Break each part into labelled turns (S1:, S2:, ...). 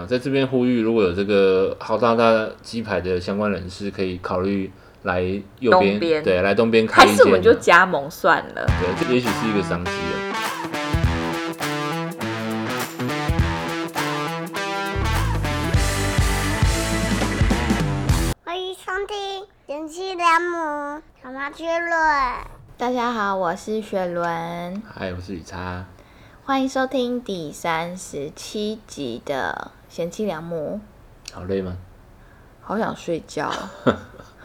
S1: 啊，在这边呼吁，如果有这个好大大鸡排的相关人士，可以考虑来右边，
S2: 东边
S1: 对，来东边
S2: 还
S1: 开一
S2: 是
S1: 间，啊
S2: 我们就加盟算了。
S1: 对，这也许是一个商机啊。
S3: 欢迎收听《贤妻良母小麻雀论》。
S4: 大家好，我是雪伦，
S1: 嗨，哎我是雨叉，
S4: 欢迎收听第三十七集的《贤妻良母
S1: 好累吗？》。
S4: 好想睡觉哦，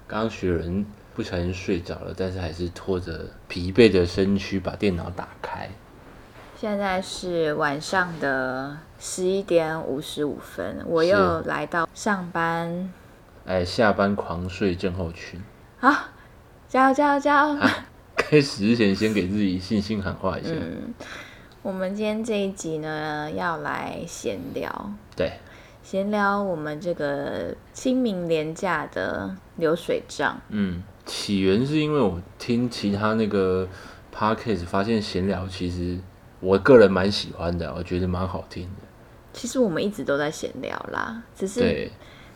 S1: 刚刚雪人不小心睡着了，但是还是拖着疲惫的身躯把电脑打开。
S4: 现在是晚上的十一点五十五分，我
S1: 是
S4: 又来到上班
S1: 哎，下班狂睡症候群，
S4: 啊！加油加油加油！
S1: 啊开始之前先给自己信心喊话一下。
S4: 嗯，我们今天这一集呢，要来闲聊，
S1: 对，
S4: 闲聊我们这个清明廉价的流水账。
S1: 嗯，起源是因为我听其他那个 podcast 发现闲聊，其实我个人蛮喜欢的，我觉得蛮好听的。
S4: 其实我们一直都在闲聊啦，只是
S1: 对，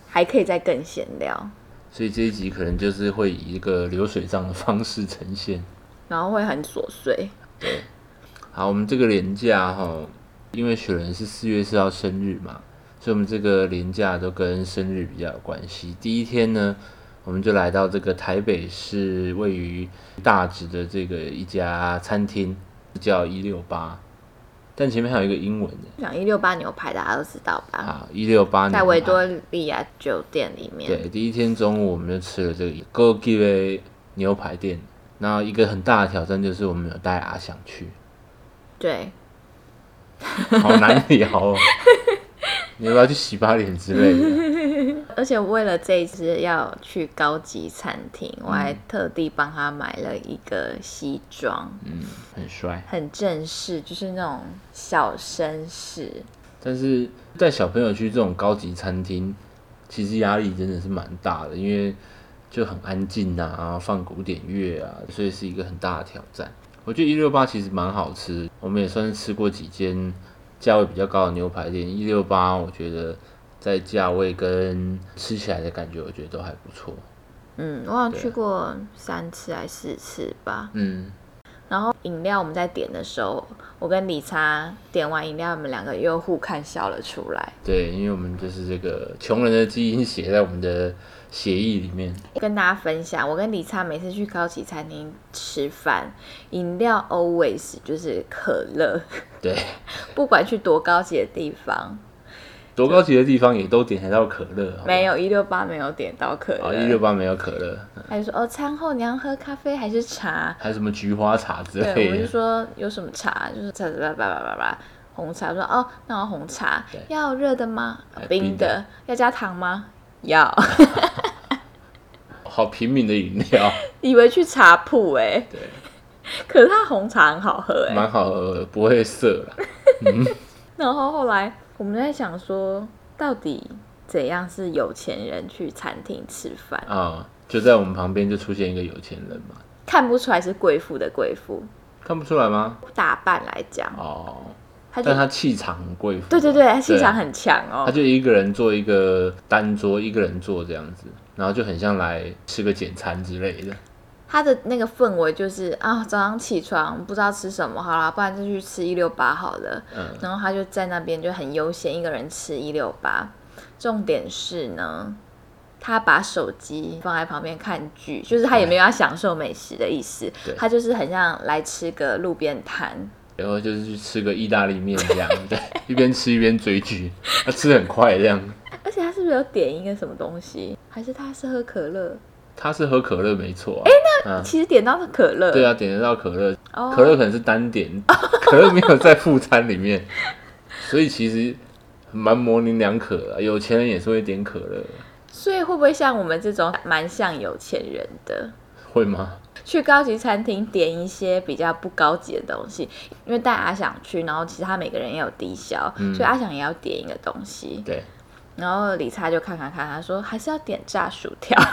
S4: 还可以再更闲聊，
S1: 所以这一集可能就是会以一个流水账的方式呈现。
S4: 然后会很琐碎。
S1: 好，我们这个年假哈，因为雪人是四月四号生日嘛，所以我们这个年假都跟生日比较有关系。第一天呢，我们就来到这个台北市位于大直的这个一家餐厅，叫一六八，但前面还有一个英文的。
S4: 讲一六八牛排大家都知道吧？
S1: 啊，一六八年
S4: 在维多利亚酒店里面，
S1: 对，第一天中午我们就吃了这个 Go Give 牛排店。然后一个很大的挑战就是我们有带阿翔去，
S4: 对
S1: 好难聊哦。你要不要去洗把脸之类的？
S4: 而且为了这一次要去高级餐厅，我还特地帮他买了一个西装，
S1: 嗯，很帅。
S4: 很正式，就是那种小绅士。
S1: 但是带小朋友去这种高级餐厅，其实压力真的是蛮大的，因为就很安静啊，放古典乐啊，所以是一个很大的挑战。我觉得一六八其实蛮好吃，我们也算是吃过几间价位比较高的牛排店。一六八我觉得在价位跟吃起来的感觉，我觉得都还不错。
S4: 嗯，我好像
S1: 对
S4: 去过三次还是四次吧。
S1: 嗯，
S4: 然后饮料我们在点的时候，我跟理查点完饮料，我们两个又互看笑了出来。
S1: 对，因为我们就是这个穷人的基因写在我们的协议里面。
S4: 跟大家分享，我跟理查每次去高级餐厅吃饭，饮料 always 就是可乐，
S1: 对，
S4: 不管去多高级的地方，
S1: 多高级的地方也都点得到可乐，好不好
S4: 没有一六八没有点到可
S1: 啊，哦一六
S4: 乐，
S1: 八没有可乐，
S4: 他就说哦，餐后你要喝咖啡还是茶？
S1: 还有什么菊花茶之
S4: 对，我
S1: 类
S4: 就
S1: 的。
S4: 说有什么茶，就是茶茶吧吧吧吧。红茶我说哦，那我要红茶
S1: 对
S4: 要热的吗
S1: 哎？冰
S4: 冰
S1: 的
S4: 的，要加糖吗？要，
S1: 好平民的饮 料，
S4: 以为去茶铺哎、欸，
S1: 对，
S4: 可是它红茶很好喝哎、
S1: 蛮好喝的，不会涩啦。
S4: 然后后来我们在想说，到底怎样是有钱人去餐厅吃饭？
S1: 啊、就在我们旁边就出现一个有钱人嘛，
S4: 看不出来是贵妇的贵妇，
S1: 看不出来吗？
S4: 打扮来讲，
S1: 哦，
S4: 他就
S1: 但他气场很贵妇。
S4: 对对对，他气
S1: 对啊
S4: 场很强
S1: 他
S4: 哦。
S1: 就一个人做一个单桌，一个人做这样子，然后就很像来吃个简餐之类的。
S4: 他的那个氛围就是啊，早上起床不知道吃什么，好啦，不然就去吃一六八好了。
S1: 嗯，
S4: 然后他就在那边就很悠闲，一个人吃一六八。重点是呢，他把手机放在旁边看剧，就是他也没有要享受美食的意思
S1: 对，
S4: 他就是很像来吃个路边摊。
S1: 然后就是去吃个意大利面 这样，对，一边吃一边追剧，他吃得很快这样。
S4: 而且他是不是有点一个什么东西？还是他是喝可乐？
S1: 他是喝可乐没错、啊，嗯
S4: 其实点到是可乐，
S1: 对啊，点得到可乐，
S4: 哦
S1: 可乐可能是单点，可乐没有在副餐里面，所以其实蛮模棱两可的。啊有钱人也是会点可乐，
S4: 所以会不会像我们这种蛮像有钱人的？
S1: 会吗？
S4: 去高级餐厅点一些比较不高级的东西，因为带阿想去，然后其实他每个人也有低消，
S1: 嗯
S4: 所以阿想也要点一个东西。
S1: 对，
S4: 然后理查就看看看，他说还是要点炸薯条。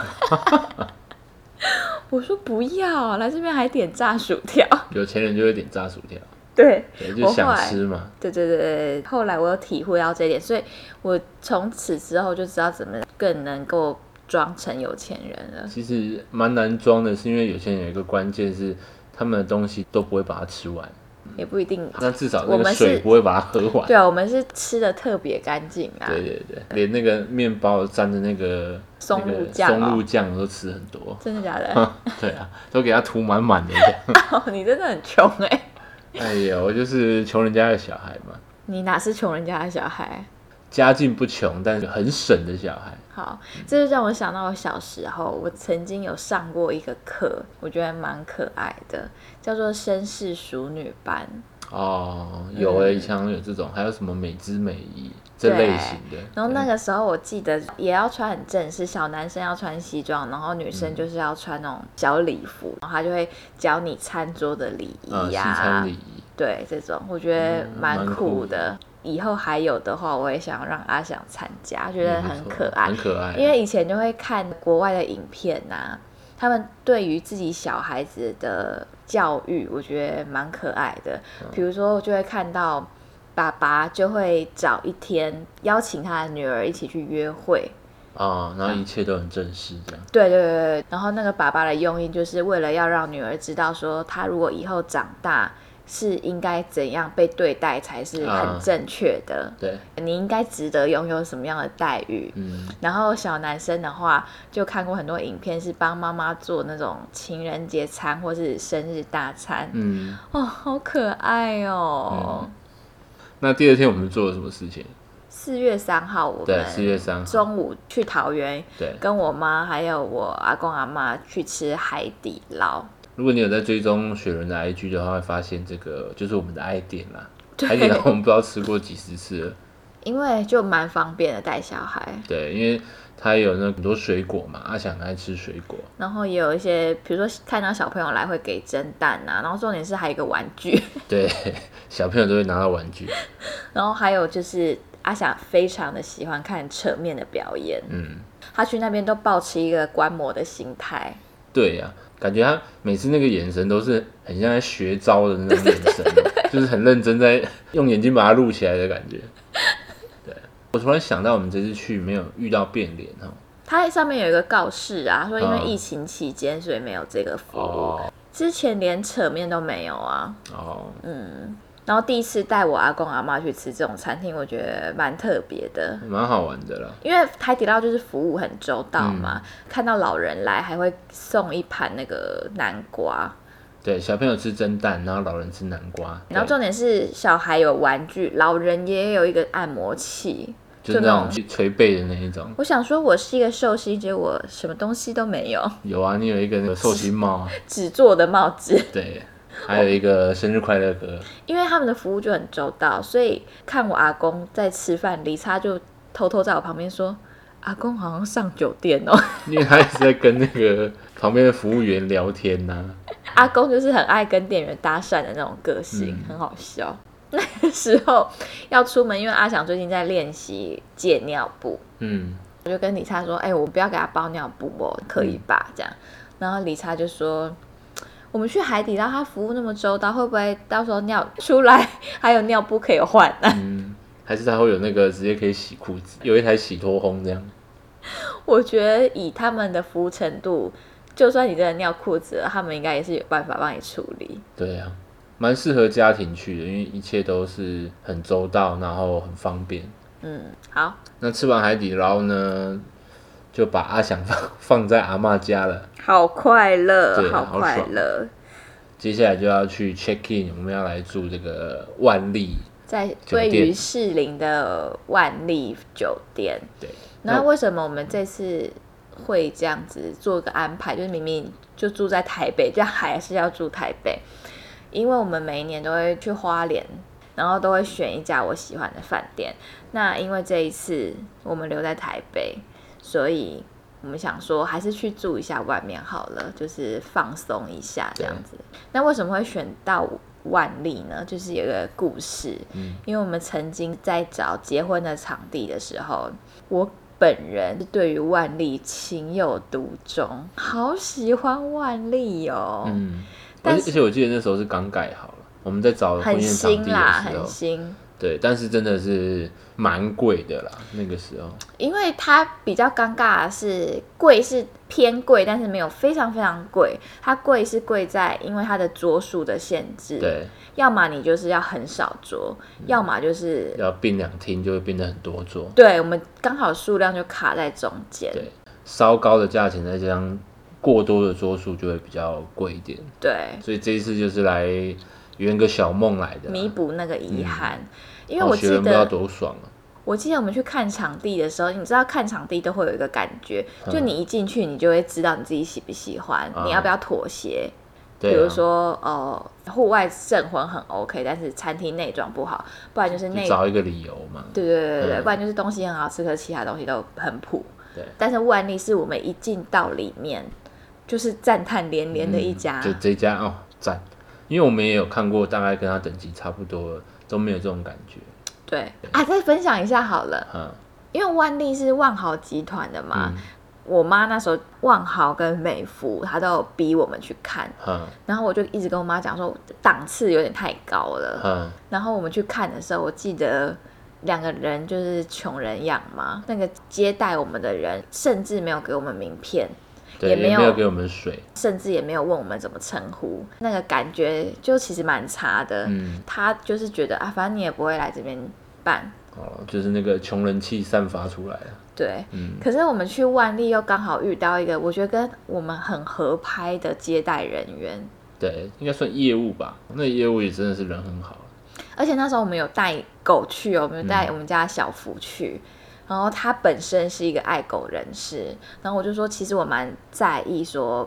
S4: 我说不要，来这边还点炸薯条。
S1: 有钱人就会点炸薯条，
S4: 对，
S1: 对，
S4: 我
S1: 就
S4: 后
S1: 想
S4: 来
S1: 吃嘛，
S4: 对对对对，后来我有体会到这一点，所以我从此之后就知道怎么更能够装成有钱人了。
S1: 其实蛮难装的，是因为有些人有一个关键是他们的东西都不会把它吃完，
S4: 也不一定，
S1: 那至少
S4: 我
S1: 那个
S4: 们
S1: 水
S4: 是
S1: 不会把它喝完。
S4: 对啊，我们是吃的特别干净啊。
S1: 对对对，连那个面包沾的那个
S4: 松
S1: 那
S4: 露
S1: 个
S4: 酱哦。
S1: 松露酱都吃很多
S4: 真的假的？
S1: 对啊，都给它涂满满的这样。
S4: 你真的很穷哎、
S1: 哎呀，我就是穷人家的小孩嘛，
S4: 你哪是穷人家的小孩？
S1: 家境不穷，但是很省的小孩。
S4: 好，这就让我想到我小时候，我曾经有上过一个课，我觉得蛮可爱的，叫做绅士淑女班。
S1: 哦，有
S4: 嗯
S1: 诶、以前好像有这种，还有什么美姿美仪这类型的。
S4: 然后那
S1: 对
S4: 个时候我记得也要穿很正式，小男生要穿西装，然后女生就是要穿那种小礼服，然后他就会教你餐桌的嗯礼
S1: 呃
S4: 仪啊
S1: 西
S4: 呀、
S1: 餐礼仪，
S4: 对这种我觉得
S1: 嗯
S4: 蛮
S1: 蛮酷
S4: 酷的。
S1: 的
S4: 以后还有的话，我也想让阿翔参加，觉得
S1: 嗯不
S4: 很
S1: 错
S4: 可爱
S1: 很。可爱。
S4: 因为以前就会看国外的影片呐、他们对于自己小孩子的教育，我觉得蛮可爱的。比如说，就会看到爸爸就会找一天邀请他的女儿一起去约会。
S1: 哦，然后
S4: 嗯
S1: 一切都很正式这样。
S4: 对对对对，对然后那个爸爸的用意就是为了要让女儿知道，说她如果以后长大是应该怎样被对待才是
S1: 啊
S4: 很正确的，
S1: 对，
S4: 你应该值得拥有什么样的待遇。
S1: 嗯，
S4: 然后小男生的话，就看过很多影片，是帮妈妈做那种情人节餐或是生日大餐，
S1: 嗯，
S4: 哦，好可爱哦！
S1: 那第二天我们做了什么事情？
S4: 四、月三号，我
S1: 对，四
S4: 们
S1: 月三号，
S4: 中午去桃园，
S1: 对。
S4: 跟我妈还有我阿公阿妈去吃海底捞，
S1: 如果你有在追踪雪伦的 IG 的话，会发现这个就是我们的爱点啦。海底捞我们不知道吃过几十次了，
S4: 因为就蛮方便的带小孩，
S1: 对，因为它有那很多水果嘛，阿翔爱吃水果，
S4: 然后也有一些，比如说看到小朋友来会给蒸蛋啊，然后重点是还有一个玩具，
S1: 对， 小朋友都会拿到玩具，
S4: 然后还有就是阿霞非常的喜欢看扯面的表演。
S1: 嗯，
S4: 他去那边都保持一个观摩的心态，
S1: 对呀、感觉他每次那个眼神都是很像在学招的那种眼神哦，就是很认真在用眼睛把它录起来的感觉。对，我突然想到我们这次去没有遇到变脸哦，
S4: 它上面有一个告示啊，说因为
S1: 嗯
S4: 疫情期间，所以没有这个服务。
S1: 哦
S4: 之前连扯面都没有啊，
S1: 哦，
S4: 然后第一次带我阿公阿妈去吃这种餐厅，我觉得蛮特别的。
S1: 蛮好玩的啦。
S4: 因为海底捞就是服务很周到嘛，
S1: 嗯
S4: 看到老人来还会送一盘那个南瓜，
S1: 对，小朋友吃蒸蛋，然后老人吃南瓜，
S4: 然
S1: 对
S4: 后重点是小孩有玩具，老人也有一个按摩器。
S1: 就是那种去捶背的那一种。
S4: 我想说，我是一个寿星，结果什么东西都没有，
S1: 有啊，你有一个那个寿星帽啊，
S4: 纸做的帽子。
S1: 对，还有一个生日快乐歌，
S4: 因为他们的服务就很周到，所以看我阿公在吃饭，李莎就偷偷在我旁边说：“阿公好像上酒店哦。
S1: 因为他一直在跟那个旁边的服务员聊天呐、”
S4: 阿公就是很爱跟店员搭讪的那种个性，很好笑。 那个时候要出门，因为阿翔最近在练习戒尿布，
S1: 嗯，
S4: 我就跟李莎说：“哎、我不要给他包尿布哦，可以吧？”这样，然后李莎就说。我们去海底捞，他服务那么周到，会不会到时候尿出来 还有尿布可以换啊？
S1: 嗯还是他会有那个直接可以洗裤子，有一台洗脱烘这样。
S4: 我觉得以他们的服务程度，就算你真的尿裤子了，他们应该也是有办法帮你处理。
S1: 对啊，蛮适合家庭去的，因为一切都是很周到，然后很方便。
S4: 嗯，好，
S1: 那吃完海底捞呢，就把阿翔放放在阿嬷家了。
S4: 好快乐，
S1: 对啊
S4: 好快
S1: 好
S4: 乐，
S1: 接下来就要去 check in，我们要来住这个万丽。
S4: 在
S1: 酒
S4: 位
S1: 店
S4: 于士林的万丽酒店。
S1: 对，
S4: 那为什么我们这次会这样子做个安排？就是明明就住在台北，但还是要住台北，因为我们每一年都会去花莲，然后都会选一家我喜欢的饭店。那因为这一次我们留在台北，所以我们想说还是去住一下外面好了，就是放松一下这样子。那为什么会选到万历呢？就是有一个故事，
S1: 嗯
S4: 因为我们曾经在找结婚的场地的时候，我本人对于万历情有独钟，好喜欢万历哦。
S1: 嗯，而
S4: 但
S1: 且而且我记得那时候是刚盖好了，我们在找婚
S4: 很
S1: 宴场
S4: 新
S1: 地的
S4: 啦，
S1: 时
S4: 很
S1: 候，
S4: 新，
S1: 对，但是真的是蛮贵的啦，那个时候，
S4: 因为它比较尴尬的是贵是偏贵，但是没有非常非常贵，它贵是贵在因为它的桌数的限制，，
S1: 对，嗯
S4: 要么你就是要很少桌，要么就是
S1: 要并两厅就会变得很多桌，
S4: 对我们刚好数量就卡在中间，
S1: 对稍高的价钱再加上过多的桌数就会比较贵一点，
S4: 对
S1: 所以这一次就是来圆个小梦来的啦，
S4: 弥补那个遗憾。因为
S1: 然后
S4: 我
S1: 啊嗯学
S4: 记
S1: 员不知道
S4: 得，
S1: 多爽啊，
S4: 我记得我们去看场地的时候，你知道看场地都会有一个感觉，就你一进去，你就会知道你自己喜不喜欢，
S1: 嗯啊
S4: 你要不要妥协。
S1: 对啊，
S4: 比如说，哦、户外圣婚很 OK，但是餐厅内装不好，不然就是
S1: 就
S4: 内
S1: 找一个理由嘛，
S4: 对对对对对，
S1: 嗯
S4: 不然就是东西很好吃，可是其他东西都很普。
S1: 对
S4: 但是万历是我们一进到里面，就是赞叹连连的一家。
S1: 就嗯这家哦，赞！因为我们也有看过，大概跟他等级差不多的，都没有这种感觉。
S4: 对啊，再分享一下好了，
S1: 嗯，
S4: 因为万历是万豪集团的嘛，
S1: 嗯
S4: 我妈那时候万豪跟美孚，她都有逼我们去看，
S1: 嗯
S4: 然后我就一直跟我妈讲说档次有点太高了。
S1: 嗯，
S4: 然后我们去看的时候，我记得两个人就是穷人样嘛，那个接待我们的人甚至没有给我们名片，
S1: 对，
S4: 也
S1: 也
S4: 没有
S1: 有给我们水。
S4: 甚至也没有问我们怎么称呼，那个感觉就其实蛮差的。
S1: 嗯，
S4: 他就是觉得啊，反正你也不会来这边办，
S1: 哦，就是那个穷人气散发出来了。
S4: 对。
S1: 嗯，
S4: 可是我们去万历又刚好遇到一个，我觉得跟我们很合拍的接待人员，
S1: 对，应该算业务吧。那业务也真的是人很好。
S4: 而且那时候我们有带狗去哦，我们有
S1: 嗯
S4: 带我们家的小福去。然后他本身是一个爱狗人士，然后我就说，其实我蛮在意说，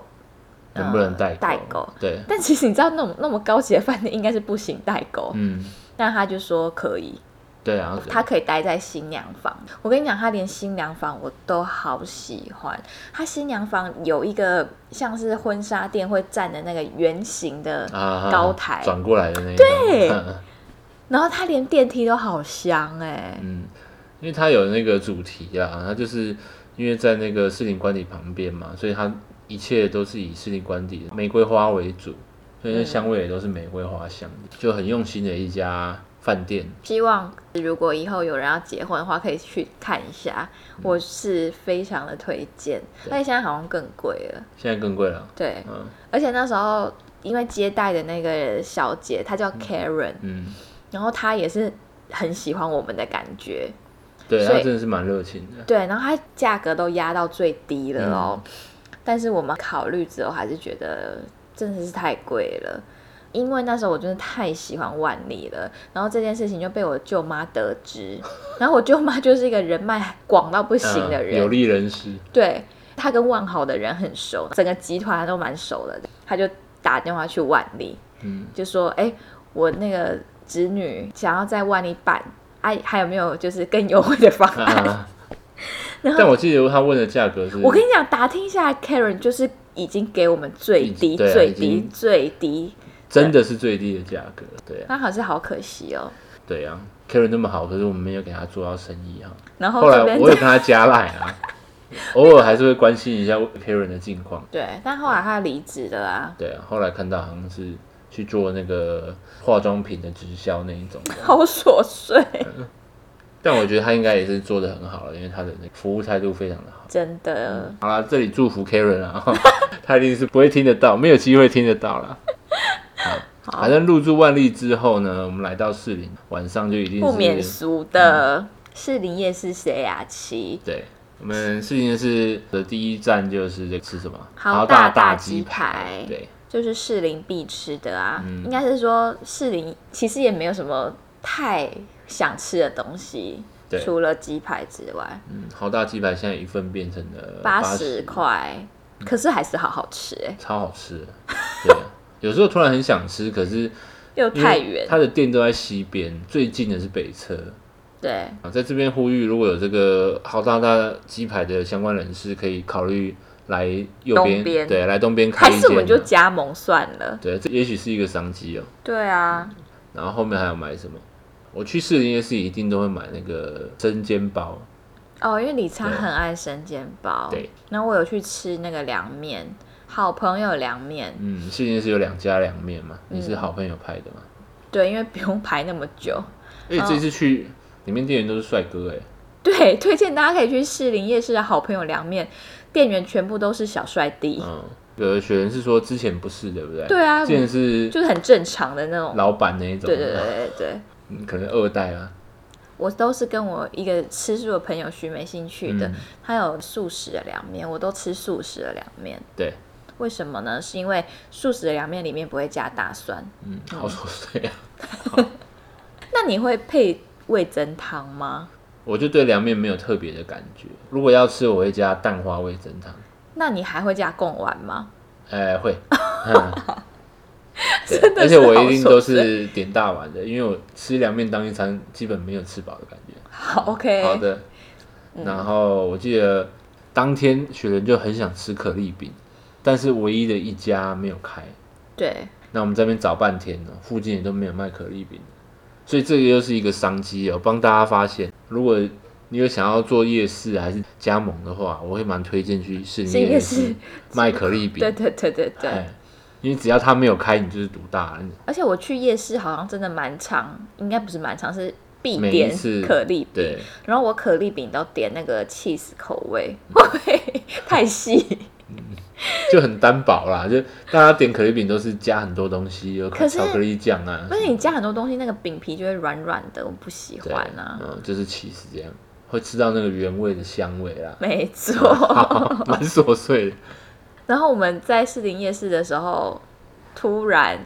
S1: 能不能带
S4: 呃带狗？
S1: 对，
S4: 但其实你知道那种那么高级的饭店应该是不行带狗，
S1: 嗯，
S4: 但他就说可以，
S1: 对啊，
S4: 他可以待在新娘房。我跟你讲，他连新娘房我都好喜欢。他新娘房有一个像是婚纱店会站的那个圆形的
S1: 啊
S4: 高台，
S1: 转过来的那一对
S4: 然后他连电梯都好香哎、
S1: 嗯，因为它有那个主题啊，它就是因为在那个士林官邸旁边嘛，所以它一切都是以士林官邸嗯玫瑰花为主，所以那香味也都是玫瑰花香，就很用心的一家饭店。
S4: 希望如果以后有人要结婚的话，可以去看一下，我是非常的推荐。而且现在好像更贵了，
S1: 现在更贵了，
S4: 对。
S1: 嗯
S4: 而且那时候因为接待的那个小姐，她叫 Karen，、
S1: 嗯，
S4: 然后她也是很喜欢我们的感觉，
S1: 对，
S4: 所以
S1: 它真的是蛮热情的。
S4: 对，然后它价格都压到最低了哦。
S1: 嗯
S4: 但是我们考虑之后，还是觉得真的是太贵了。因为那时候我真的太喜欢万里了，然后这件事情就被我舅妈得知，然后我舅妈就是一个人脉广到不行的
S1: 嗯
S4: 人，
S1: 有利人士，
S4: 对他跟万豪的人很熟，整个集团都蛮熟的，他就打电话去万里，
S1: 嗯，
S4: 就说：“哎、我那个侄女想要在万里办，哎、还有没有就是更优惠的方案？”
S1: 啊，但我记得他问的价格是，
S4: 我跟你讲，打听一下，Karen 就是已经给我们最低、
S1: 已经对啊
S4: 最
S1: 已
S4: 低
S1: 经、
S4: 最低，
S1: 真的是最低的价格，对啊，
S4: 那好是好可惜哦。
S1: 对啊，Karen 那么好，可是我们没有给他做到生意哈、啊。
S4: 然后
S1: 后来
S4: 这边
S1: 我有跟他加赖 啊，偶尔还是会关心一下 Karen 的近况。
S4: 对，但后来他离职了啊，
S1: 对啊，后来看到好像是去做那个化妆品的直销那一种的，
S4: 好琐碎，
S1: 嗯但我觉得他应该也是做的很好了，因为他的那个服务态度非常的好。
S4: 真的。
S1: 好啦，这里祝福 Karen 啊，他一定是不会听得到，没有机会听得到啦。好，反正入住万丽之后呢，我们来到士林，晚上就一定
S4: 不
S1: 是
S4: 免俗
S1: 嗯
S4: 的，士林夜市谁啊？七。
S1: 对，我们事情是的第一站就是这个吃什么？
S4: 豪
S1: 豪
S4: 大大
S1: 大
S4: 鸡排
S1: 对，
S4: 就是士林必吃的啊，
S1: 嗯
S4: 应该是说士林其实也没有什么太想吃的东西
S1: 对，
S4: 除了鸡排之外，
S1: 嗯，豪大鸡排现在一份变成了
S4: 八
S1: 十
S4: 十，块，可是还是好好吃哎、
S1: 超好吃的。对，啊 有时候突然很想吃，可是
S4: 又
S1: 因为
S4: 太远，
S1: 它的店都在西边，最近的是北车。
S4: 对，
S1: 啊，在这边呼吁，如果有这个豪大大鸡排的相关人士，可以考虑来右
S4: 东
S1: 边，
S4: 边
S1: 对，来东边开
S4: 还
S1: 一
S4: 是我们
S1: 间
S4: 就
S1: 啊。
S4: 加盟算了。
S1: 对，这也许是一个商机哦、
S4: 对啊，
S1: 然后后面还有买什么？我去士林夜市一定都会买那个生煎包，
S4: 哦，因为李昌
S1: 对
S4: 很爱生煎包，
S1: 对，
S4: 然后我有去吃那个凉面，好朋友凉面，
S1: 嗯，士林夜市有两家凉面嘛，你是好朋友派的嘛？
S4: 对，因为不用排那么久。
S1: 而且
S4: 嗯
S1: 这次去里面店员都是帅哥哎、
S4: 对，推荐大家可以去士林夜市的好朋友凉面，店员全部都是小帅弟，
S1: 嗯，有的学员是说之前不是对不对？
S4: 对啊
S1: 之前是
S4: 就是很正常的那种。
S1: 老板那一种，
S4: 对对对对对，
S1: 嗯可能二代啊，
S4: 我都是跟我一个吃素的朋友徐美信去的，
S1: 嗯
S4: 他有素食的凉面，我都吃素食的凉面。
S1: 对，
S4: 为什么呢？是因为素食的凉面里面不会加大蒜。
S1: 嗯，好琐碎啊。
S4: 那你会配味增汤吗？
S1: 我就对凉面没有特别的感觉。如果要吃，我会加蛋花味增汤。
S4: 那你还会加贡丸吗？
S1: 哎、 会，嗯、对
S4: 真的
S1: 而
S4: 是
S1: 且我
S4: 好欸
S1: 一定
S4: 琐
S1: 都
S4: 碎
S1: 是点大碗的，因为我吃凉面当一餐，基本没有吃饱的感觉。
S4: 好，OK，
S1: 嗯好的。
S4: 嗯
S1: 然后我记得当天雪人就很想吃可丽饼，但是唯一的一家没有开。
S4: 对，
S1: 那我们这边找半天了，附近也都没有卖可丽饼，所以这个又是一个商机哦。帮大家发现，如果你有想要做夜市还是加盟的话，我会蛮推荐去士林夜
S4: 是夜
S1: 市
S4: 市
S1: 卖可丽饼。
S4: 对对对对对。
S1: 哎，因为只要他没有开，你就是独大了。
S4: 而且我去夜市好像真的蛮常，应该不是蛮常，是必
S1: 每一
S4: 点
S1: 次
S4: 可丽饼。
S1: 对，
S4: 然后我可丽饼都点那个 cheese 口味，会
S1: 嗯
S4: 太细。
S1: 就很单薄啦，就大家点可丽饼都是加很多东西，有
S4: 可是
S1: 巧克力酱啊，
S4: 而且你加很多东西，那个饼皮就会软软的，我不喜
S1: 对
S4: 欢啊。，
S1: 嗯，就是起司这样，会吃到那个原味的香味啦
S4: 没错。
S1: 蛮琐碎的。
S4: 然后我们在士林夜市的时候，突然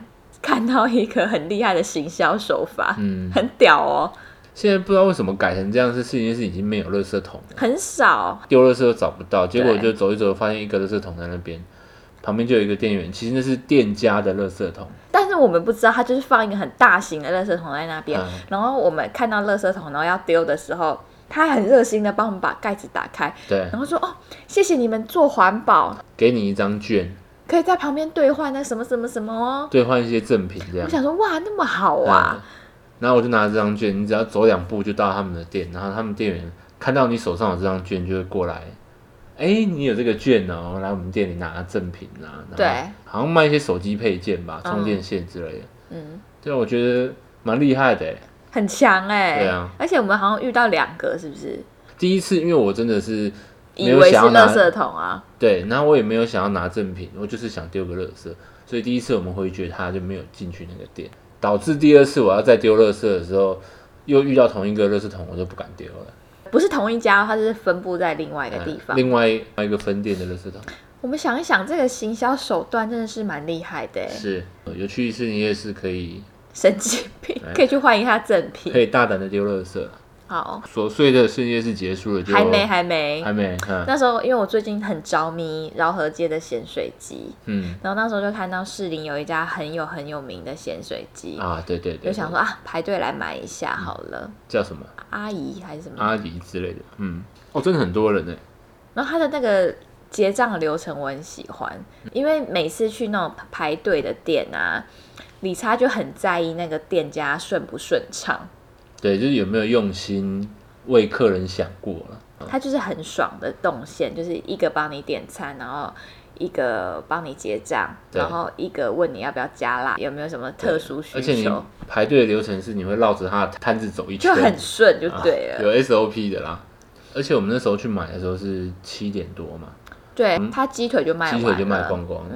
S4: 看到一个很厉害的行销手法，
S1: 嗯，
S4: 很屌哦，
S1: 现在不知道为什么改成这样，是事情是已经没有垃圾桶了，
S4: 很少。
S1: 丢垃圾都找不到，结果
S4: 对
S1: 就走一走，发现一个垃圾桶在那边，旁边就有一个店员，其实那是店家的垃圾桶，
S4: 但是我们不知道，他就是放一个很大型的垃圾桶在那边，
S1: 嗯
S4: 然后我们看到垃圾桶，然后要丢的时候，他很热心的帮我们把盖子打开，
S1: 对
S4: 然，后说：“哦，谢谢你们做环保，
S1: 给你一张券，
S4: 可以在旁边兑换那什么什么什么哦。
S1: 兑换一些赠品这”
S4: 我
S1: 样。
S4: 想说：“哇，那么好啊
S1: 嗯！然后我就拿着这张券，你只要走两步就到他们的店，然后他们店员看到你手上有这张券，就会过来，哎、你有这个券哦，来我们店里拿赠品啊，然后
S4: 对，
S1: 好像卖一些手机配件吧，
S4: 嗯
S1: 充电线之类的，
S4: 嗯，
S1: 对，我觉得蛮厉害的欸。
S4: 很强哎、
S1: 对啊
S4: 而且我们好像遇到两个，是不是？
S1: 第一次，因为我真的是没
S4: 以
S1: 有
S4: 为是
S1: 想要拿
S4: 垃圾桶啊，
S1: 对，然后我也没有想要拿赠品，我就是想丢个垃圾，所以第一次我们回绝他，就没有进去那个店，导致第二次我要再丢垃圾的时候，又遇到同一个垃圾桶，我就不敢丢了。
S4: 不是同一家，它是分布在另外一个
S1: 嗯
S4: 地方。
S1: 另外一个分店的垃圾桶
S4: 我们想一想，这个行销手段真的是蛮厉害的、欸，
S1: 是呃有去士林夜市可以
S4: 神经病
S1: 哎，
S4: 可以去换一下赠
S1: 可
S4: 品。
S1: 以大胆的丢垃圾。
S4: 好，
S1: 琐碎的士林夜市结束了就
S4: 还没，还没。
S1: 还没嗯
S4: 那时候因为我最近很着迷饶河街的咸水鸡，
S1: 嗯
S4: 然后那时候就看到士林有一家很有很有名的咸水鸡，
S1: 啊对对对，嗯
S4: 就想说啊，排队来买一下好了。
S1: 叫什么
S4: 阿姨还是什么？
S1: 阿姨之类的，嗯哦真的很多人呢，
S4: 然后他的那个结账的流程我很喜欢，
S1: 嗯
S4: 因为每次去那种排队的店啊，理查就很在意那个店家顺不顺畅，
S1: 对，就是有没有用心为客人想过啊了。
S4: 他就是很爽的动线，就是一个帮你点餐，然后。一个帮你结账，
S1: 对
S4: 然后一个问你要不要加辣，有没有什么特殊需
S1: 而且你
S4: 求，
S1: 排队的流程是你会绕着他的摊子走一圈，
S4: 就很顺就对
S1: 啊
S4: 了。
S1: 有 SOP 的啦。而且我们那时候去买的时候是七点多嘛，
S4: 对，他鸡腿就卖
S1: 嗯
S4: 完
S1: 鸡
S4: 了，嗯
S1: 腿就卖光光了。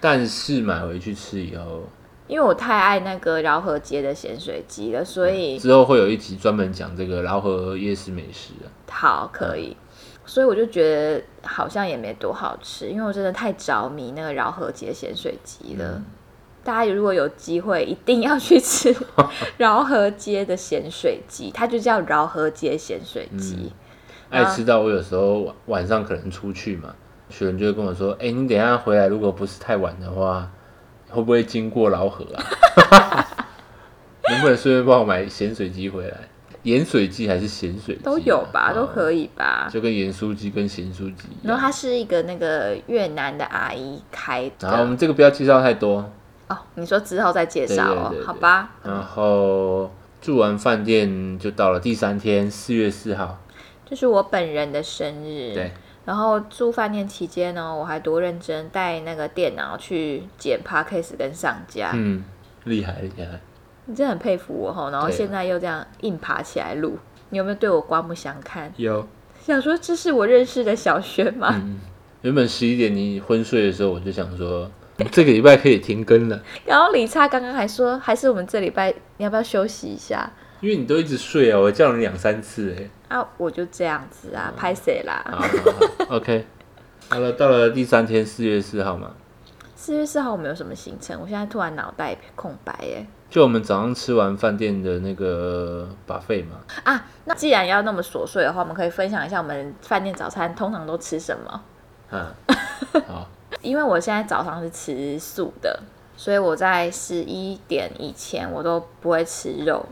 S1: 但是买回去吃以后，
S4: 因为我太爱那个饶河街的咸水鸡了，所以
S1: 之后会有一集专门讲这个饶河夜市美食啊。
S4: 好可以，所以我就觉得好像也没多好吃，因为我真的太着迷那个饶河街咸水鸡了。
S1: 嗯
S4: 大家如果有机会，一定要 去吃饶河街的咸水鸡，它就叫饶河街咸水鸡。啊
S1: 爱吃到我有时候晚晚上可能出去嘛，雪人就会跟我说：“哎、你等一下回来，如果不是太晚的话，会不会经过饶河啊？ 能不能顺便帮我买咸水鸡回来？盐水鸡还是咸水鸡啊、
S4: 都有吧，都
S1: 以，
S4: 可以吧。
S1: 就跟盐酥鸡跟咸酥鸡一
S4: 然
S1: 样。
S4: 后它是一个那个越南的阿姨开
S1: 然后我
S4: 的
S1: 们这个不要介绍太多。
S4: 哦，你说之后再介绍哦，
S1: 对对对对
S4: 好吧？
S1: 然后住完饭店就到了第三天，四月四号。
S4: 这是我本人的生日，
S1: 对，
S4: 然后住饭店期间呢，我还多认真
S1: 嗯
S4: 带那个电脑去剪 podcast 跟上架。
S1: 嗯，厉害厉害。
S4: 你真的很佩服我吼，然后
S1: 对啊
S4: 现在又这样硬爬起来录，你有没有对我刮目相看？
S1: 有，
S4: 想说这是我认识的小轩吗？
S1: 嗯原本十一点你昏睡的时候，我就想说这个礼拜可以停更了，
S4: 然后李差刚刚还说，还是我们这礼拜你要不要休息一下
S1: 因为你都一直睡啊，我叫你两三次哎、
S4: 啊？我就这样子
S1: 嗯
S4: 啊，拍谁啦？
S1: 好好好 ，OK，好了，到了第三天，四月四号嘛，
S4: 四月四号我们有什么行程？我现在突然脑袋一片空白耶
S1: 就我们早上吃完饭店的那个 buffet 嘛，
S4: 啊！那既然要那么琐碎的话，我们可以分享一下我们饭店早餐通常都吃什么？
S1: 啊，好，
S4: 因为我现在早上是吃素的，所以我在十一点以前我都不会吃肉。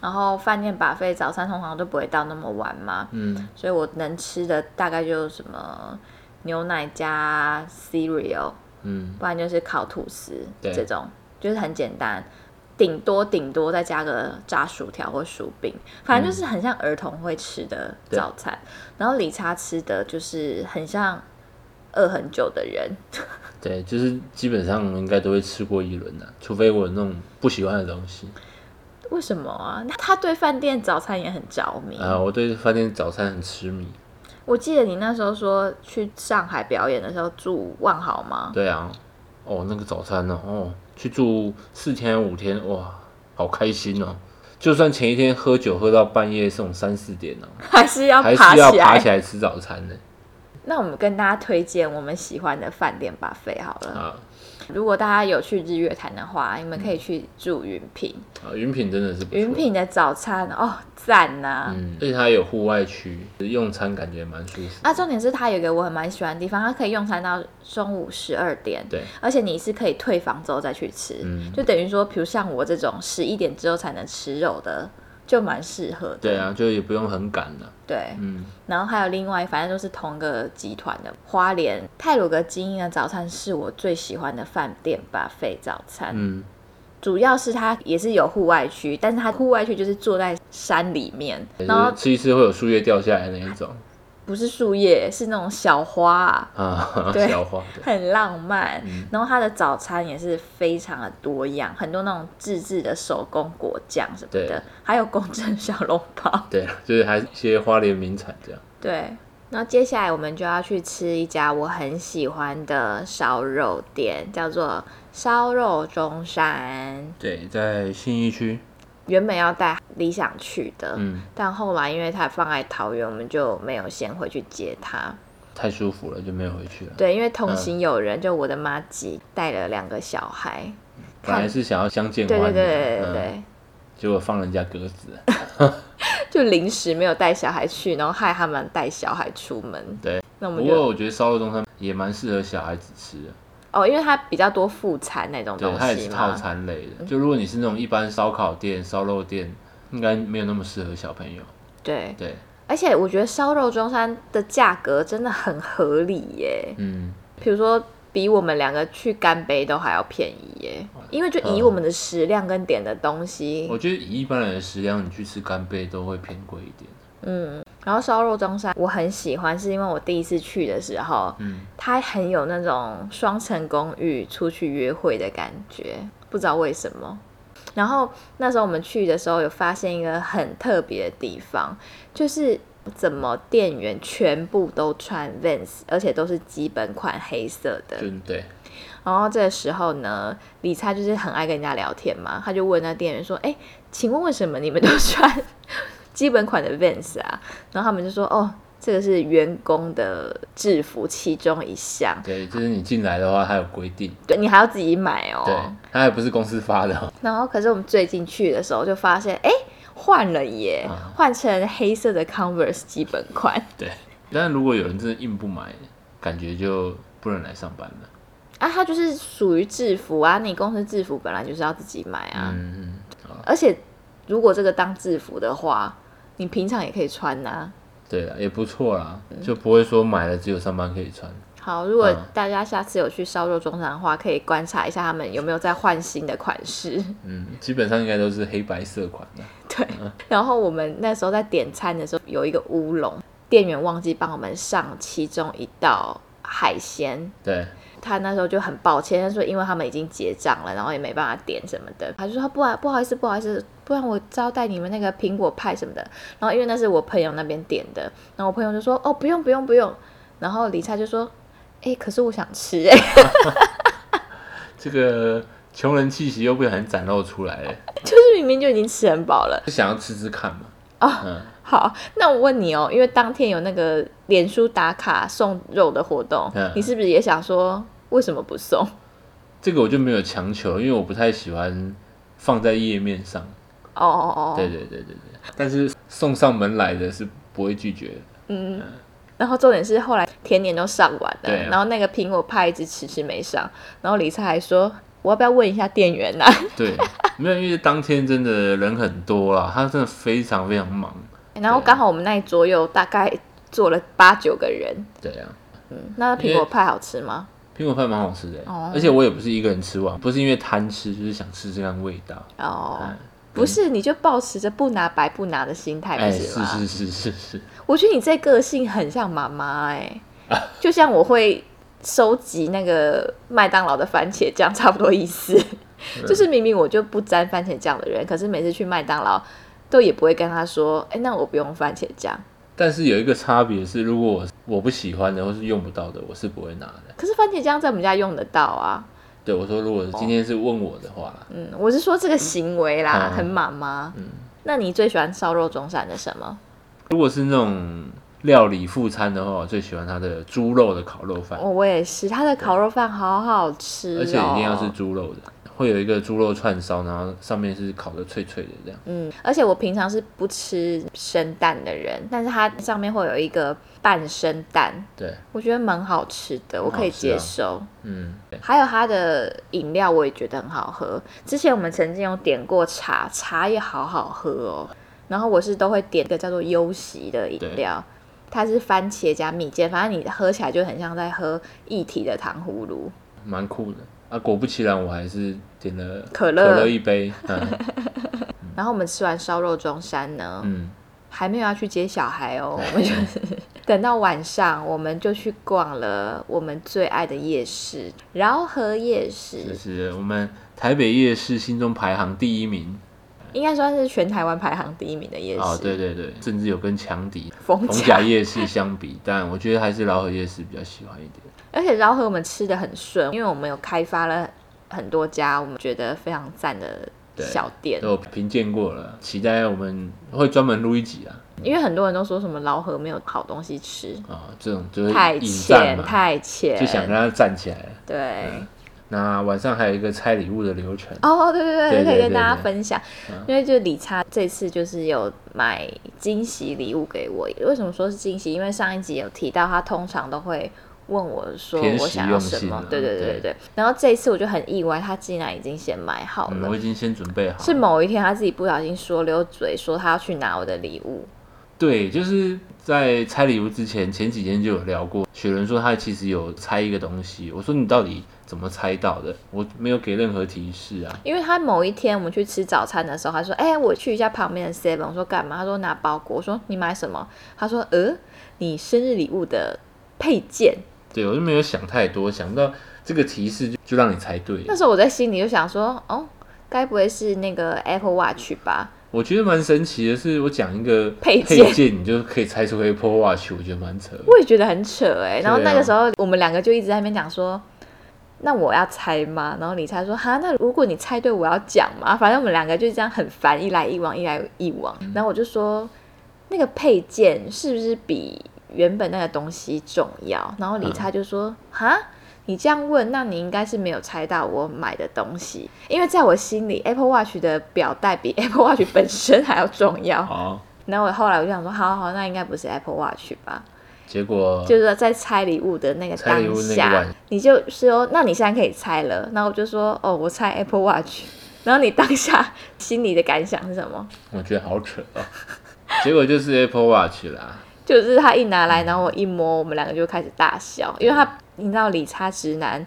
S4: 然后饭店把费早餐通常都不会到那么晚嘛，
S1: 嗯，
S4: 所以我能吃的大概就是什么牛奶加 cereal，
S1: 嗯，
S4: 不然就是烤吐司
S1: 对
S4: 这种，就是很简单，顶多顶多再加个炸薯条或薯饼，反正就是很像儿童会吃的
S1: 嗯对
S4: 早餐。然后理查吃的就是很像饿很久的人，
S1: 对，就是基本上应该都会吃过一轮的、除非我有那种不喜欢的东西
S4: 为什么啊？那他对饭店早餐也很着迷。
S1: 啊、我对饭店早餐很痴迷。
S4: 我记得你那时候说去上海表演的时候住万豪吗？
S1: 对啊，哦，那个早餐呢、哦，去住四天五天，哇，好开心哦！就算前一天喝酒喝到半夜这种三四点呢、
S4: 还是要
S1: 还
S4: 爬
S1: 是要
S4: 起
S1: 爬
S4: 来？
S1: 起来吃早餐呢、
S4: 那我们跟大家推荐我们喜欢的饭店吧，费好了。
S1: 啊
S4: 如果大家有去日月潭的话，你们可以去住云品，
S1: 啊，云品真的是不错
S4: 云，品的早餐哦，赞呐、啊！
S1: 嗯，而且它有户外区，用餐感觉蛮舒服。
S4: 啊重点是它有一个我很蛮喜欢的地方，它可以用餐到中午十二点，
S1: 对，
S4: 而且你是可以退房之后再去吃，
S1: 嗯
S4: 就等于说，比如像我这种十一点之后才能吃肉的，就蛮适合的。
S1: 对啊，就也不用很赶了、
S4: 对
S1: 嗯，
S4: 然后还有另外，反正都是同个集团的花莲泰鲁格精英的早餐是我最喜欢的饭店吧，费早餐。
S1: 嗯，
S4: 主要是它也是有户外区，但是它户外区就是坐在山里面，
S1: 就
S4: 然后
S1: 是吃一吃会有树叶掉下来那一种
S4: 不是树叶，是那种小花啊、
S1: 啊，
S4: 对
S1: 消化的，
S4: 很浪漫。
S1: 嗯
S4: 然后它的早餐也是非常的多样，很多那种自制的手工果酱什么
S1: 对
S4: 的，还有公正小笼包。
S1: 对，啊就是还有一些花莲名产这样。
S4: 对，然后接下来我们就要去吃一家我很喜欢的烧肉店，叫做烧肉中山。
S1: 对，在信义区，
S4: 原本要带理想去的，
S1: 嗯，
S4: 但后来因为他放在桃园，我们就没有先回去接他。
S1: 太舒服了，就没有回去了。
S4: 对，因为同行有人，就我的妈吉带了两个小孩。
S1: 本来是想要相见
S4: 对对
S1: 欢的，
S4: 对对对
S1: 嗯
S4: 对，
S1: 结果放人家鸽子，
S4: 就临时没有带小孩去，然后害他们带小孩出门。
S1: 对，
S4: 那我
S1: 不
S4: 们
S1: 过
S4: 就
S1: 我觉得烧肉中餐也蛮适合小孩子吃的，
S4: 哦，因为它比较多副餐那种
S1: 对，
S4: 东
S1: 它也
S4: 西
S1: 是套
S4: 嘛。
S1: 餐类
S4: 嗯
S1: 的。就如果你是那种一般烧烤店、烧肉店，应该没有那么适合小朋友。
S4: 对，
S1: 对，
S4: 而且我觉得烧肉中山的价格真的很合理耶，
S1: 嗯，
S4: 比如说比我们两个去干杯都还要便宜耶，因为就
S1: 嗯
S4: 以我们的食量跟点的东西，
S1: 我觉得以一般人的食量，你去吃干贝都会偏贵一点。
S4: 然后烧肉中山我很喜欢，是因为我第一次去的时候，
S1: 嗯，
S4: 它很有那种双层公寓出去约会的感觉，不知道为什么。然后那时候我们去的时候，有发现一个很特别的地方，就是怎么店员全部都穿 Vans，而且都是基本款黑色的。
S1: 嗯就对，
S4: 然后这个时候呢，理查就是很爱跟人家聊天嘛，他就问那店员说：“哎，请问为什么你们都穿 基本款的 Vans 啊？”然后他们就说：“哦，这个是员工的制服其中一项，
S1: 对，就是你进来的话，它有规定，
S4: 对你还要自己买哦。
S1: 对，它还不是公司发的哦，”
S4: 然后可是我们最近去的时候就发现，哎，换了耶，
S1: 啊
S4: 换成黑色的 Converse 基本款。
S1: 对。但如果有人真的硬不买，感觉就不能来上班了。
S4: 啊，它就是属于制服啊，你公司制服本来就是要自己买啊。
S1: 嗯嗯，好，
S4: 而且如果这个当制服的话，你平常也可以穿呐、
S1: 对了，也不错啦，就不会说买了只有上班可以穿。
S4: 好，如果
S1: 嗯
S4: 大家下次有去烧肉中山的话，可以观察一下他们有没有在换新的款式。
S1: 嗯，基本上应该都是黑白色款的。
S4: 对，然后我们那时候在点餐的时候，有一个乌龙，店员忘记帮我们上其中一道海鲜，
S1: 对，
S4: 他那时候就很抱歉，他说因为他们已经结账了，然后也没办法点什么的，他就说不好不好意思不好意思，不然我招待你们那个苹果派什么的。然后因为那是我朋友那边点的，然后我朋友就说哦不用不用不用，然后李灿就说哎、可是我想吃哎、
S1: 这个穷人气息又不小心展露出来了，
S4: 就是明明就已经吃很饱了。
S1: 就想要吃吃看嘛。嗯
S4: 好，那我问你哦，因为当天有那个脸书打卡送肉的活动，
S1: 嗯
S4: 你是不是也想说为什么不送？哦
S1: 这个我就没有强求，因为我不太喜欢放在页面上。
S4: 哦哦哦，
S1: 对对对对对，但是送上门来的是不会拒绝的。
S4: 嗯。然后重点是后来甜点都上完了，
S1: 对啊
S4: 然后那个苹果派一直迟迟没上，然后李灿还说我要不要问一下店员啊呐、
S1: 对，没有，因为当天真的人很多啦，他真的非常非常忙。
S4: 然后刚好我们那一桌有大概坐了八九个人，
S1: 对啊，
S4: 那苹果派好吃吗？
S1: 苹果派蛮好吃的、
S4: 哦
S1: 而且我也不是一个人吃完，不是因为贪吃，就是想吃这样味道。
S4: 哦。
S1: 嗯
S4: 不是，你就保持着不拿白不拿的心态，不
S1: 哎，
S4: 是
S1: 是
S4: 吗？
S1: 是是是是，
S4: 我觉得你这个性很像妈妈哎、就像我会收集那个麦当劳的番茄酱，差不多意思。就是明明我就不沾番茄酱的人，可是每次去麦当劳都也不会跟他说，哎、那我不用番茄酱。
S1: 但是有一个差别是，如果我我不喜欢的或是用不到的，我是不会拿的。
S4: 可是番茄酱在我们家用得到啊。
S1: 对我说，如果今天是问我的话啦，
S4: 嗯，我是说这个行为啦，
S1: 嗯
S4: 很妈妈。那你最喜欢烧肉中山的什么？
S1: 嗯如果是那种料理副餐的话，我最喜欢它的猪肉的烤肉饭，
S4: 我我也是，他的烤肉饭好好哦吃、哦，
S1: 而且一定要是猪肉的，会有一个猪肉串烧，然后上面是烤的脆脆的这样。
S4: 嗯，而且我平常是不吃生蛋的人，但是它上面会有一个半生蛋，
S1: 对，
S4: 我觉得蛮好吃啊的，我可以接受。
S1: 嗯，对
S4: 还有它的饮料，我也觉得很好喝。之前我们曾经有点过茶，茶也好好喝哦。然后我是都会点一个叫做“优席”的饮料，它是番茄加蜜饯，反正你喝起来就很像在喝一体的糖葫芦。
S1: 蛮酷的。啊，果不其然，我还是点了
S4: 可乐
S1: 可乐一杯。嗯
S4: 然后我们吃完烧肉中山呢，
S1: 嗯，
S4: 还没有要去接小 孩哦，我们就是等到晚上，我们就去逛了我们最爱的夜市——饶河夜
S1: 就
S4: 市，
S1: 是我们台北夜市心中排行第一名。
S4: 应该算是全台湾排行第一名的夜市。
S1: 哦，对，对对，甚至有跟强敌
S4: 逢
S1: 逢
S4: 甲
S1: 甲，夜市相比， 但我觉得还是老河夜市比较喜欢一点。
S4: 而且饶河我们吃的很顺，因为我们有开发了很多家我们觉得非常赞的
S1: 对
S4: 小店，
S1: 都评鉴过了，期待我们会专门录一集啊
S4: 因为很多人都说什么饶河没有好东西吃，
S1: 啊、这种就会
S4: 太
S1: 引战
S4: 浅
S1: 嘛，
S4: 太浅，
S1: 就想让他站起来了。
S4: 对。
S1: 那晚上还有一个拆礼物的流程，
S4: 哦，对对
S1: 对
S4: 对，
S1: 对
S4: 可以
S1: 对
S4: 跟大家
S1: 对
S4: 分享，因为就理查这次就是有买惊喜礼物给我。为什么说是惊喜？因为上一集有提到，他通常都会问我说
S1: 偏
S4: 我
S1: 实
S4: 想要
S1: 用
S4: 什
S1: 性
S4: 么
S1: 啊。
S4: 对对对
S1: 对
S4: 对对。然后这一次我就很意外，他竟然已经先买好
S1: 嗯
S4: 了。
S1: 我已经先准备好了。
S4: 是某一天他自己不小心说溜嘴，说他要去拿我的礼物。
S1: 对，就是在拆礼物之前，前几天就有聊过。雪人说他其实有拆一个东西，我说你到底怎么猜到的？我没有给任何提示啊。
S4: 因为他某一天我们去吃早餐的时候，他说：“哎、我去一下旁边的 Seven。”我说：“干嘛？”他说：“拿包裹。”我说：“你买什么？”他说：“呃，你生日礼物的配件。”
S1: 对，我就没有想太多，想不到这个提示就就让你猜对
S4: 那。时候我在心里就想说，哦，该不会是那个 Apple Watch 吧？
S1: 我觉得蛮神奇的是，我讲一个
S4: 配件
S1: 配件，你就可以猜出 Apple Watch，我觉得蛮扯的。
S4: 我也觉得很扯哎、然后
S1: 对啊
S4: 那个时候我们两个就一直在那边讲说，那我要猜吗？然后李猜说，哈，那如果你猜对，我要讲嘛。反正我们两个就这样很烦，一来一往，一来一往。
S1: 嗯
S4: 然后我就说，那个配件是不是比原本那个东西重要？然后李
S1: 嗯
S4: 猜就说，哈。你这样问，那你应该是没有猜到我买的东西，因为在我心里，Apple Watch 的表带比 Apple Watch 本身还要重要。
S1: 好，
S4: 然后我后来我就想说，好好好，那应该不是 Apple Watch 吧？
S1: 结果
S4: 就是在拆礼物的那个
S1: 拆礼
S4: 当
S1: 物那个
S4: 下
S1: 晚，
S4: 你就说，那你现在可以拆了。然后我就说，哦，我拆 Apple Watch。然后 你当下心里的感想是什么？
S1: 我觉得好扯哦。结果就是 Apple Watch 啦，
S4: 就是他一拿来，然后我一摸，我们两个就开始大笑，因为他你知道理查直男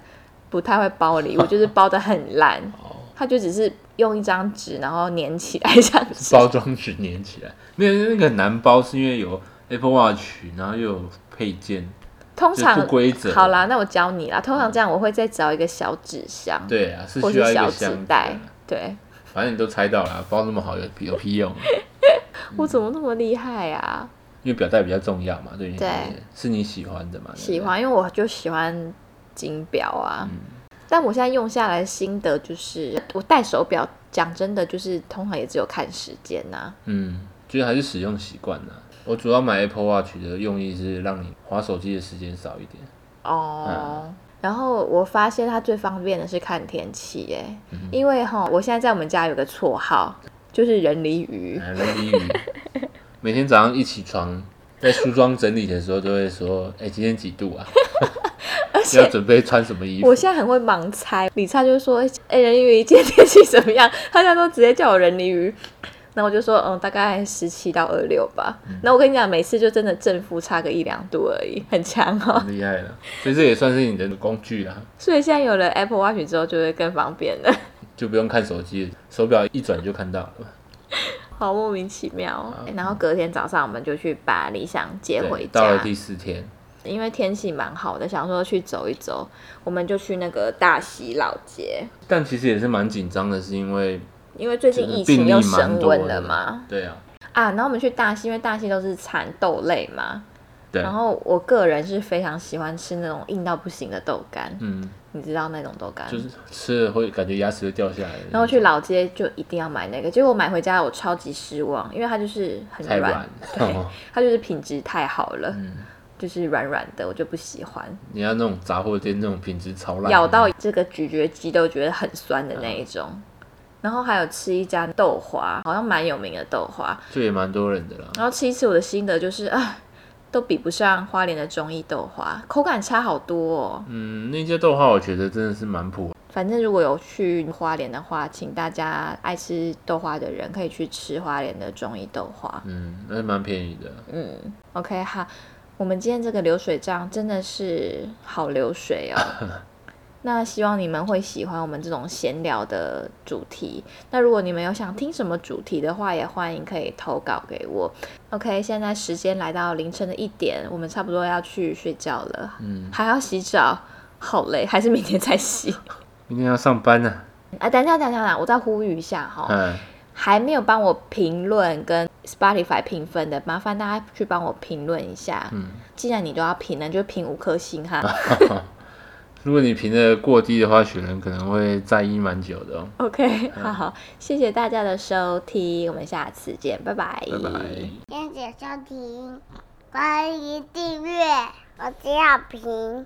S4: 不太会包礼物，就是包的很 烂，
S1: 哦
S4: 他就只是用一张纸然后粘起来这样子。
S1: 包装纸粘起来，没有那个很难包，是因为有 Apple Watch，然后又有配件，
S4: 通常
S1: 就不规则
S4: 好啦，那我教你啦。通常这样我会再找一个小纸箱，
S1: 对啊，是
S4: 或
S1: 需要
S4: 是
S1: 一
S4: 小
S1: 个
S4: 纸
S1: 箱子啊
S4: 袋。对，
S1: 反正你都猜到了，啊包那么好有有屁用？啊嗯
S4: 我怎么那么厉害啊？
S1: 因为表带比较重要嘛，对你
S4: 对
S1: 而言是你喜欢的嘛？对不对
S4: 喜。欢，因为我就喜欢金表啊。但我现在用下来的心得就是，我戴手表，讲真的，就是通常也只有看时间呐、
S1: 嗯，就是还是使用习惯呐。我主要买 Apple Watch 的用意是让你划手机的时间少一点。
S4: 哦。然后我发现它最方便的是看天气耶，因为哈，我现在在我们家有个绰号，就是人离鱼。
S1: 哎，人比鱼，每天早上一起床，在梳妆整理的时候都会说：“哎、今天几度 啊？”要准备穿什么衣服
S4: 我？现在很会盲猜，李灿就说：“哎、人离鱼今天天气怎么样？” 他现在都直接叫我人离鱼。那我就说：“嗯，大概十七到二六吧。
S1: 嗯
S4: 那我跟你讲，每次就真的正负差个一两度而已， 很强哦。
S1: 很厉害了，所以这也算是你的工具啊啦，
S4: 所以现在有了 Apple Watch 之后，就会更方便 了。
S1: 就不用看手机，手表一转就看到了。
S4: 好莫名其妙哦、哎然后隔天早上，我们就去把理想接
S1: 对
S4: 回家。
S1: 到了第四天，
S4: 因为天气蛮好的，想说去走一走，我们就去那个大溪老街，
S1: 但其实也是蛮紧张的，是因为
S4: 因为最
S1: 就
S4: 近
S1: 是
S4: 疫
S1: 病
S4: 情
S1: 例
S4: 又
S1: 蛮
S4: 升
S1: 多
S4: 温
S1: 的
S4: 了嘛。
S1: 对啊，
S4: 啊，然后我们去大溪，因为大溪都是产豆类嘛。
S1: 对，
S4: 然后我个人是非常喜欢吃那种硬到不行的豆干，
S1: 嗯，
S4: 你知道那种豆干。
S1: 就是吃了会感觉牙齿会掉下来的那种，
S4: 然后去老街就一定要买那个，结果我买回家我超级失望，因为它就是很
S1: 太
S4: 软
S1: 软，，哦嗯
S4: 对，它就是品质太好了，就是软软的，我就不喜欢。
S1: 你要那种杂货店那种品质超烂，
S4: 咬到这个咀嚼肌都觉得很酸的那
S1: 嗯
S4: 一种。然后还有吃一家豆花，好像蛮有名的豆花。
S1: 就也蛮多人的啦。
S4: 然后吃一次，我的心得就是啊，都比不上花莲的中医豆花，口感差好多哦。
S1: 嗯，那些豆花我觉得真的是蛮普，
S4: 反正如果有去花莲的话，请大家爱吃豆花的人可以去吃花莲的中医豆花。
S1: 嗯，那是蛮便宜的。
S4: 嗯，OK 好，我们今天这个流水账真的是好流水哦。那希望你们会喜欢我们这种闲聊的主题。那如果你们有想听什么主题的话，也欢迎可以投稿给我。OK，现在时间来到凌晨的一点，我们差不多要去睡觉了，
S1: 嗯，
S4: 还要洗澡，好累，还是明天再洗。
S1: 明天要上班呢、
S4: 啊，等一下，等一下，等一下，我再呼吁一下哈、
S1: 嗯，
S4: 还没有帮我评论跟 Spotify 评分的，麻烦大家去帮我评论一下。嗯，既然你都要评了，就评五颗 星哈。
S1: 如果你评的过低的话，雪人可能会在意蛮久的哦。
S4: OK，好，谢谢大家的收听，我们下次见，拜拜，
S1: 拜拜。
S3: 谢谢收听，关于订阅，我是小平。